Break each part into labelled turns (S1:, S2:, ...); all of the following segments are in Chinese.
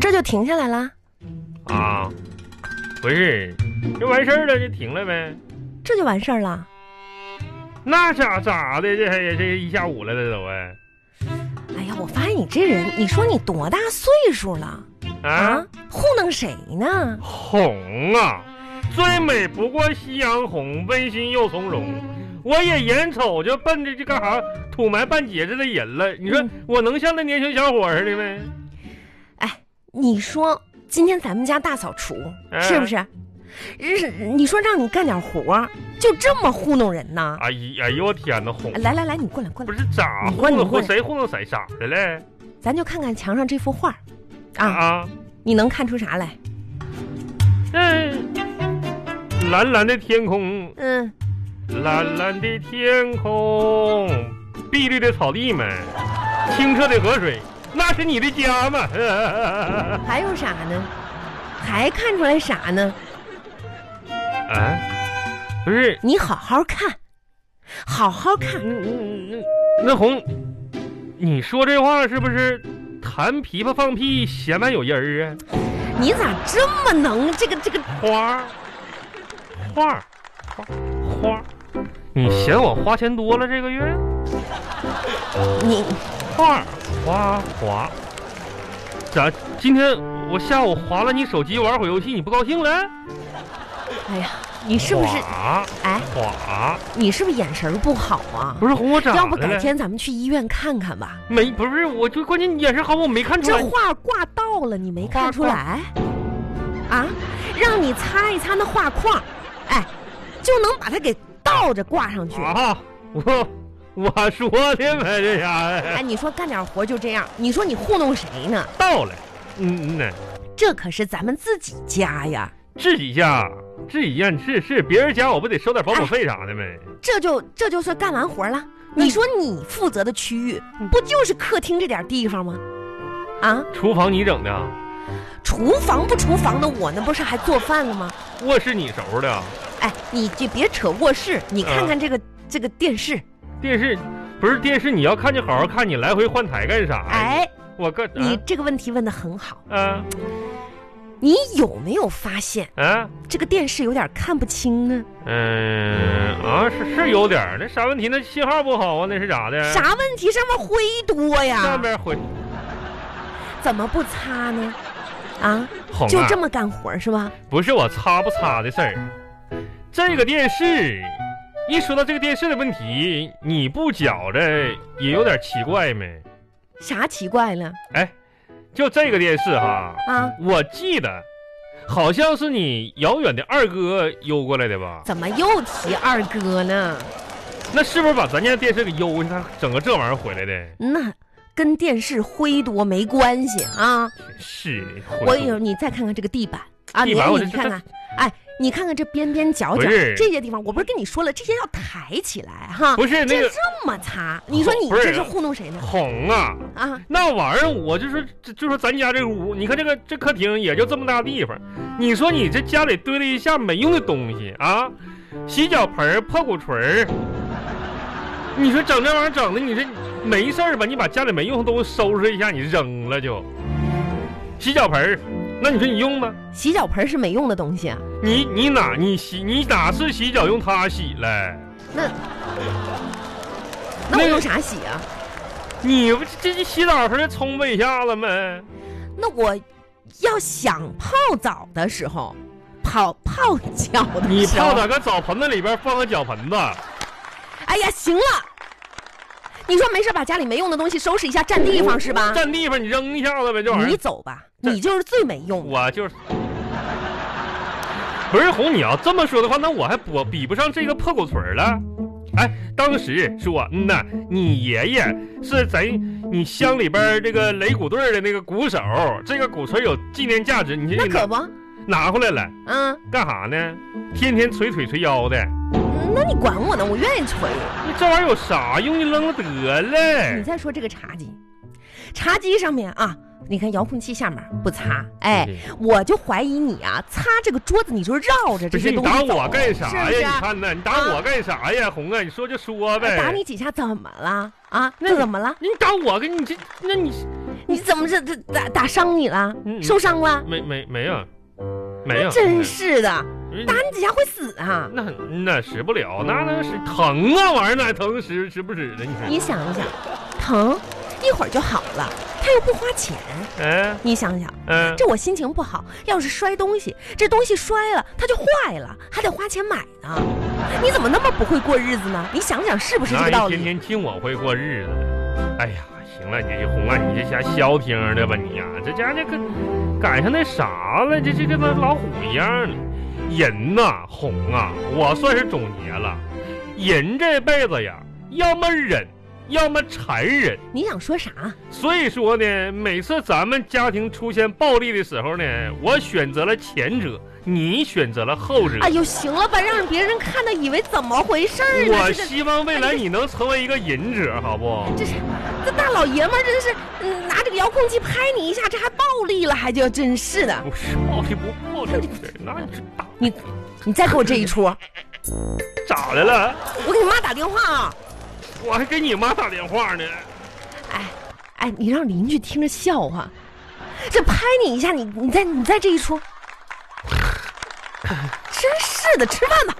S1: 这就停下来了，
S2: 啊，不是，这完事儿了就停了呗。
S1: 这就完事儿了。
S2: 那咋咋的？这还这一下午了，这都哎
S1: 哎呀，我发现你这人，你说你多大岁数了啊
S2: 啊？
S1: 糊弄谁呢？
S2: 红啊，最美不过夕阳红，温馨又从容。我也眼瞅着奔着这干啥土埋半截子的人了，你说
S1: 嗯
S2: 我能像那年轻小伙似的呗？
S1: 你说今天咱们家大扫除
S2: 哎
S1: 是不是？日你说让你干点活儿，就这么糊弄人呢？
S2: 哎呀，哎呦我天哪，红
S1: 来来来，你过来过
S2: 不
S1: 来，
S2: 是咋
S1: 你
S2: 糊
S1: 过来
S2: 弄
S1: 你过
S2: 糊
S1: 来
S2: 谁糊弄谁咋的嘞？
S1: 咱就看看墙上这幅画儿，啊，
S2: 啊，
S1: 你能看出啥来？
S2: 嗯，蓝蓝的天空，
S1: 嗯，
S2: 蓝蓝的天空，碧绿的草地们，清澈的河水，那是你的家吗？
S1: 还有啥呢？还看出来啥呢？
S2: 啊，不是，嗯
S1: 你好好看，好好看。
S2: 那那那那红，你说这话是不是弹琵琶放屁显摆有人儿啊？
S1: 你咋这么能这个这个？
S2: 花儿花儿花儿花儿，你嫌我花钱多了这个月？
S1: 你
S2: 画儿花滑，咋？今天我下午划了你手机玩会儿游戏，你不高兴了？
S1: 哎呀，你是不是？
S2: 滑
S1: 哎，
S2: 滑，
S1: 你是不是眼神儿不好啊？
S2: 不是哄我咋的了？
S1: 要不改天咱们去医院看看吧。
S2: 没不是，我就关键你眼神好，我没看出
S1: 这
S2: 来。
S1: 画挂到了，你没看出来？啊，让你擦一擦那画框，哎，就能把它给倒着挂上去。
S2: 啊，我我说的呗，这家伙
S1: 哎，你说干点活就这样，你说你糊弄谁呢？
S2: 到了，嗯嗯呢，
S1: 这可是咱们自己家呀，
S2: 自己家自己家是是别人家，我不得收点保姆
S1: 哎
S2: 费啥的呗？
S1: 这就这就算干完活了。
S2: 嗯
S1: 你说你负责的区域
S2: 嗯
S1: 不就是客厅这点地方吗？啊，
S2: 厨房你整的啊，
S1: 厨房不厨房的我那不是还做饭了吗？
S2: 卧室你收的啊，
S1: 哎，你就别扯卧室，你看看这个、这个电视，
S2: 电视不是电视，你要看就好好看，你来回换台干啥呀？
S1: 哎，
S2: 我啊个
S1: 你这个问题问的很好。
S2: 啊
S1: 你有没有发现
S2: 啊
S1: 这个电视有点看不清呢？
S2: 嗯啊是是有点儿那啥问题？那信号不好啊，那是咋的？
S1: 啥问题？上面灰多呀
S2: 上，边回
S1: 怎么不擦呢？啊，
S2: 红
S1: 就
S2: 啊
S1: 这么干活是吧？
S2: 不是我擦不擦的事儿。啊这个电视，一说到这个电视的问题，你不觉着也有点奇怪没？哎
S1: 啥奇怪了
S2: 就这个电视哈，
S1: 啊？
S2: 我记得好像是你遥远的二哥邮过来的吧？
S1: 怎么又提二哥呢？
S2: 那是不是把咱家电视给邮去？他整个这玩意儿回来的？
S1: 那跟电视灰多没关系啊！
S2: 真是的，
S1: 我
S2: 混
S1: 有你再看看这个地板啊，
S2: 地
S1: 你
S2: 板我这
S1: 你
S2: 这
S1: 看看，哎，你看看这边边角
S2: 不
S1: 角
S2: 是
S1: 这些地方，我不是跟你说了，这些要抬起来哈，
S2: 不是那
S1: 这
S2: 个
S1: 这么擦，你说你
S2: 不是
S1: 这是糊弄谁呢？
S2: 红啊，
S1: 啊，
S2: 那玩意儿我就说，就就说咱家这屋，你看这个这客厅也就这么大地方，你说你这家里堆了一下没用的东西啊，洗脚盆儿、破骨锤儿，你说整这玩意儿整的，你这没事儿吧？你把家里没用的东西收拾一下，你扔了就。洗脚盆儿，那你说你用吗？
S1: 洗脚盆是没用的东西啊。
S2: 你你哪你洗你哪次洗脚用它洗了？
S1: 那那我
S2: 那
S1: 用啥洗啊？
S2: 你不这这洗澡时候冲呗一下子吗？
S1: 那我要想泡澡的时候，泡泡脚的时候，
S2: 你泡在个澡盆子里边放个脚盆子。
S1: 哎呀，行了，你说没事把家里没用的东西收拾一下，占地方是吧？
S2: 占地方你扔一下子呗，这玩意
S1: 你
S2: 儿。
S1: 走吧，
S2: 这
S1: 你就是最没用的。
S2: 我就是，不是红，你要这么说的话，那我还不比不上这个破骨锤儿了。哎，当时说，嗯呐，你爷爷是咱你乡里边儿这个擂鼓队儿的那个鼓手，这个鼓槌有纪念价值，你
S1: 那
S2: 这
S1: 可
S2: 拿
S1: 不，
S2: 拿回来了，
S1: 啊，
S2: 干啥呢？天天捶腿捶腰的，
S1: 嗯那你管我呢？我愿意锤。
S2: 那这玩意儿有啥用？你扔了得
S1: 你
S2: 了。
S1: 再说这个茶几，茶几上面啊，你看遥控器下面不擦，哎，我就怀疑你啊，擦这个桌子你就绕着
S2: 不
S1: 这
S2: 是
S1: 些
S2: 你
S1: 东西
S2: 打
S1: 走
S2: 我干啥呀？
S1: 是不是
S2: 你看呢？你打
S1: 啊呃
S2: 我干啥呀？红啊，你说就说呗。
S1: 打你几下怎么了啊？
S2: 那
S1: 这怎么了？
S2: 你打我跟你这，那你
S1: 你怎么这这打打伤你了？
S2: 嗯哎
S1: 受伤了？
S2: 没没没有，没有，
S1: 真是的，
S2: 嗯
S1: 打你几下会死啊！
S2: 那那使不了，那那使疼啊，玩意儿哪疼使使不使的？你看，
S1: 你想一想，疼一会儿就好了，他又不花钱。
S2: 哎
S1: 你想想，
S2: 嗯，
S1: 这我心情不好，要是摔东西，这东西摔了它就坏了，还得花钱买呢。你怎么那么不会过日子呢？你想想是不是这
S2: 那
S1: 个道
S2: 一天
S1: 理？
S2: 天亲我会过日子。哎呀，行了，你这红啊，你这家消停的吧你呀、啊这家这个赶上那啥了，这这跟那老虎一样呢。人呐、红啊，我算是总结了，人这辈子呀，要么忍，要么残忍。
S1: 你想说啥？
S2: 所以说呢，每次咱们家庭出现暴力的时候呢，我选择了前者，你选择了后者。
S1: 哎呦，行了吧，让别人看到以为怎么回事儿呢？
S2: 我
S1: 这哎
S2: 希望未来你能成为一个忍者，好不？
S1: 这是这大老爷们儿真是、嗯拿这个遥控器拍你一下，这还暴力了，还就真是的。
S2: 不是暴力不暴力的事儿，那你是打
S1: 你你再给我这一出，
S2: 咋的了？
S1: 我给你妈打电话啊！
S2: 我还给你妈打电话呢。
S1: 哎哎，你让邻居听着笑话，这拍你一下，你你再你再这一出，真是的，吃饭吧，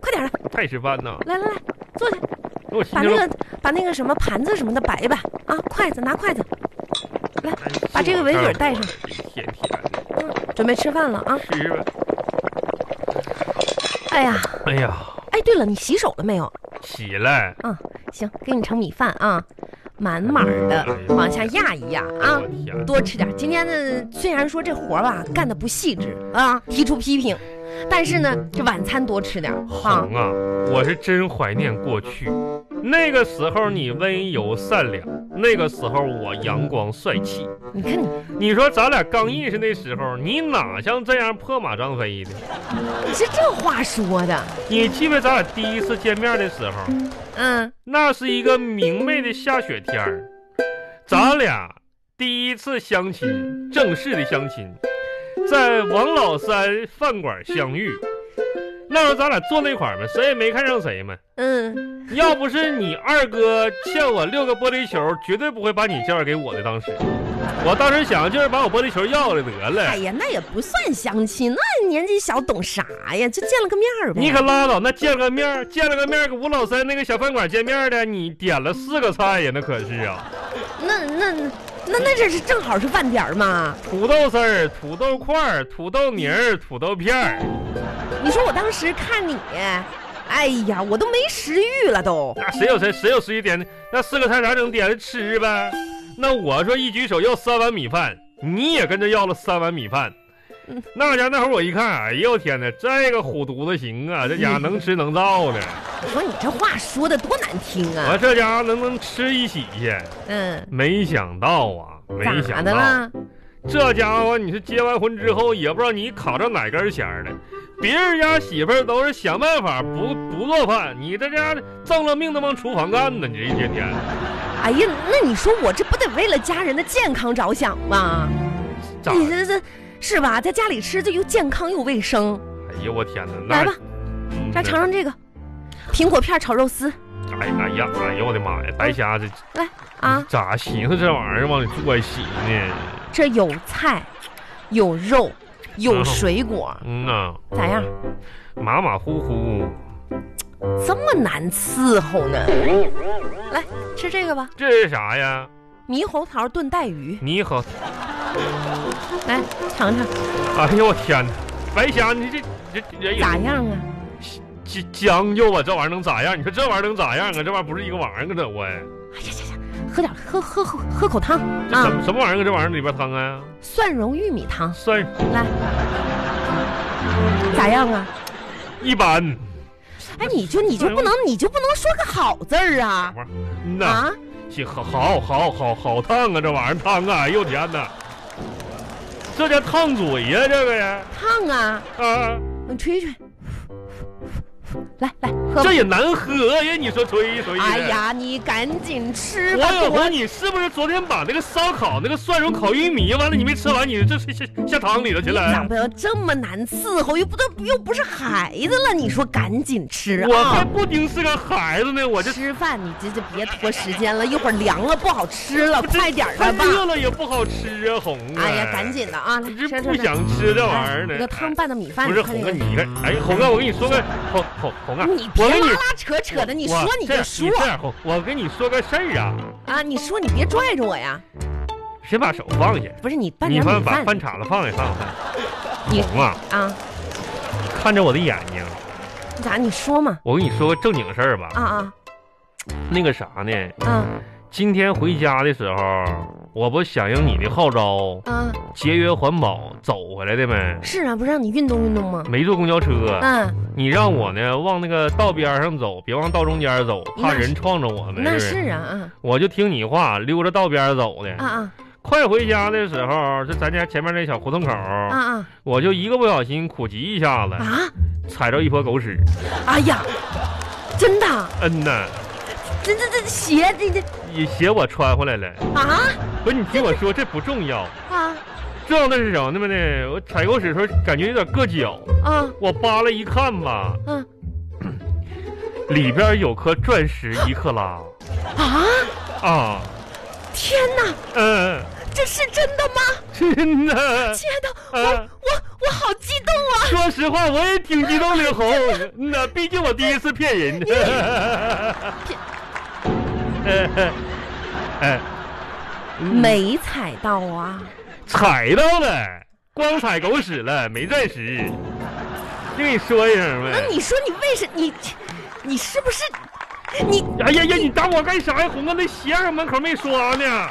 S1: 快点儿的，
S2: 太吃饭呐！
S1: 来来来，坐下，
S2: 我心
S1: 把那
S2: 情
S1: 个把那个什么盘子什么的摆一摆啊，筷子拿筷子，把这个围裙戴上。
S2: 天天的
S1: 嗯准备吃饭了啊！
S2: 吃吧。
S1: 哎呀，
S2: 哎呀，
S1: 哎，对了，你洗手了没有？
S2: 起来！
S1: 啊，行，给你盛米饭啊，满满的往下压一压啊
S2: 我，天哪，
S1: 多吃点。今天呢，虽然说这活儿吧干的不细致啊，提出批评，但是呢，这晚餐多吃点儿啊。
S2: 红啊，我是真怀念过去。那个时候你温柔善良，那个时候我阳光帅气。
S1: 你看你
S2: 你说咱俩刚认识那时候，你哪像这样破马张飞的？
S1: 你是这话说的，
S2: 你记不记得咱俩第一次见面的时候？
S1: 嗯，
S2: 那是一个明媚的下雪天儿，咱俩第一次相亲，正式的相亲，在王老三饭馆相遇。那时候咱俩坐那块儿嘛，谁也没看上谁嘛。
S1: 嗯，
S2: 要不是你二哥欠我六个玻璃球，绝对不会把你介绍给我的。当时，我当时想就是把我玻璃球要了得
S1: 哎
S2: 了。
S1: 呀，那也不算相亲，那年纪小懂啥呀？就见了个面儿呗。
S2: 你可拉倒，那见个面儿，见了个面儿，跟吴老三那个小饭馆见面的，你点了四个菜呀，那可是啊。
S1: 那那那那那这是正好是饭点儿嘛？
S2: 土豆丝儿、土豆块儿、土豆泥儿、土豆片儿，
S1: 你说我当时看你，哎呀，我都没食欲了都。
S2: 那谁有谁谁有十一点的？那四个菜啥整点着吃呗？那我说一举手要三碗米饭，你也跟着要了三碗米饭
S1: 嗯。
S2: 那家那会儿我一看，哎呦我天哪，这个虎犊子行啊，这家伙能吃能 造呢，
S1: 你说你这话说的多难听
S2: 我
S1: 啊！
S2: 这家伙能能吃一起去？
S1: 嗯，
S2: 没想到啊，没
S1: 咋
S2: 想
S1: 的
S2: 到，啊
S1: 了？
S2: 这家伙你是结完婚之后也不知道你烤着哪根弦儿了，别人家媳妇儿都是想办法不不做饭，你这家挣了命的往厨房干呢，你这一天天
S1: 哎呀，那你说我这不得为了家人的健康着想吗？
S2: 咋？
S1: 你这这是吧？在家里吃这又健康又卫生。
S2: 哎呦我天哪！那
S1: 来吧，
S2: 嗯
S1: 来尝尝这个苹果片炒肉丝
S2: 哎呀哎呀哎呦我的妈呀！白瞎这
S1: 啊！
S2: 咋寻思这玩意儿往里做洗呢？
S1: 这有菜，有肉，有
S2: 嗯
S1: 水果，
S2: 嗯呐，
S1: 咋样？
S2: 马马虎虎，
S1: 这么难伺候呢？来吃这个吧，
S2: 这是啥呀？
S1: 猕猴桃炖带鱼，
S2: 你好，
S1: 来尝尝
S2: 哎呦我天哪！白瞎你这这这人有
S1: 咋样啊？
S2: 将将就吧，这玩意儿能咋样？你说这玩意儿能咋样啊？这玩意儿不是一个玩意儿，搁这我哎，
S1: 哎呀呀呀，喝点儿喝喝喝喝口汤
S2: 这什
S1: 啊！
S2: 么、什么玩意儿搁这玩意儿里边汤啊？
S1: 蒜蓉玉米汤，
S2: 算
S1: 来，咋样啊？
S2: 一般。
S1: 哎，你就你就不能你就不能说个好字儿啊？
S2: 嗯呐，
S1: 啊，
S2: 行好好好好好烫啊！这玩意儿烫啊！哎呦天哪，这叫烫嘴呀、这个呀
S1: 烫啊！
S2: 啊！
S1: 你吹一吹，来来，喝
S2: 这也难喝呀！你说吹一吹的。
S1: 哎呀，你赶紧吃吧
S2: 王，小
S1: 多
S2: 红，你是不是昨天把那个烧烤、那个蒜蓉烤玉米，完了你没吃完，你这是下下汤里了去
S1: 长
S2: 了？
S1: 辈要这么难伺候，又不都又不是孩子了，你说赶紧吃
S2: 我还
S1: 啊！
S2: 不丁是个孩子呢，我这
S1: 吃饭你这就别拖时间了，一会儿凉了不好吃了，
S2: 我这
S1: 快点儿
S2: 太
S1: 的吧！
S2: 热了也不好吃啊，红啊。
S1: 哎呀，赶紧的啊，来
S2: 你这
S1: 吃吃
S2: 不
S1: 吃
S2: 想吃这玩意儿
S1: 哎
S2: 呢？
S1: 你这汤拌的米饭
S2: 不是
S1: 快
S2: 红
S1: 点
S2: 啊，你看，哎，红啊，我跟你说个红红红啊，
S1: 你别
S2: 我跟
S1: 拉
S2: 你
S1: 拉扯扯的，你
S2: 我
S1: 说你
S2: 这
S1: 就
S2: 样
S1: 说
S2: 你这样红，我跟你说个事儿啊，
S1: 啊，你说你别拽着我呀，
S2: 先把手放下，
S1: 不是你拌
S2: 你
S1: 点
S2: 放
S1: 米
S2: 把
S1: 饭
S2: 饭铲子放下，放下，
S1: 你
S2: 放下。红啊，
S1: 啊，
S2: 看着我的眼睛，
S1: 咋你说嘛
S2: 我跟你说个正经事儿吧，
S1: 啊啊
S2: 那个啥呢，
S1: 啊
S2: 今天回家的时候，我不响应你的号召，
S1: 啊！
S2: 节约环保走回来的没？
S1: 是啊，不是让你运动运动吗？
S2: 没坐公交车，
S1: 嗯，
S2: 你让我呢往那个道边上走，别往道中间走，
S1: 嗯那
S2: 怕
S1: 是
S2: 人撞着我们。
S1: 那
S2: 是不是
S1: 是啊
S2: 我就听你话，溜着道边走的。
S1: 啊啊
S2: 快回家的时候，就咱家前面那小胡同口，
S1: 啊啊
S2: 我就一个不小心苦急一下子，
S1: 啊啊！
S2: 踩着一坨狗屎。
S1: 哎呀，真的，
S2: 嗯呐，
S1: 这这这鞋这这
S2: 也鞋我穿回来了。
S1: 啊
S2: 不是你听我说，这不重要，
S1: 啊
S2: 重要的是什么呢？呢，我踩狗屎的时候感觉有点硌脚，
S1: 啊
S2: 我扒拉一看吧，
S1: 嗯
S2: 里边有颗钻石一克拉
S1: 啊！
S2: 啊，
S1: 天哪，
S2: 嗯、
S1: 这是真的吗？
S2: 真的。
S1: 亲爱的，我
S2: 啊
S1: 我我好激动啊！
S2: 说实话，我也挺激动的， 红。嗯呐，毕竟我第一次骗人。 呃哎，嗯
S1: 没踩到啊！
S2: 踩到了，光踩狗屎了，没钻石。就跟你说一声
S1: 那
S2: 呗。
S1: 你说你为什你你是不是你
S2: 哎哎呀呀，你打我干啥呀，红哥？那鞋还门口没刷呢。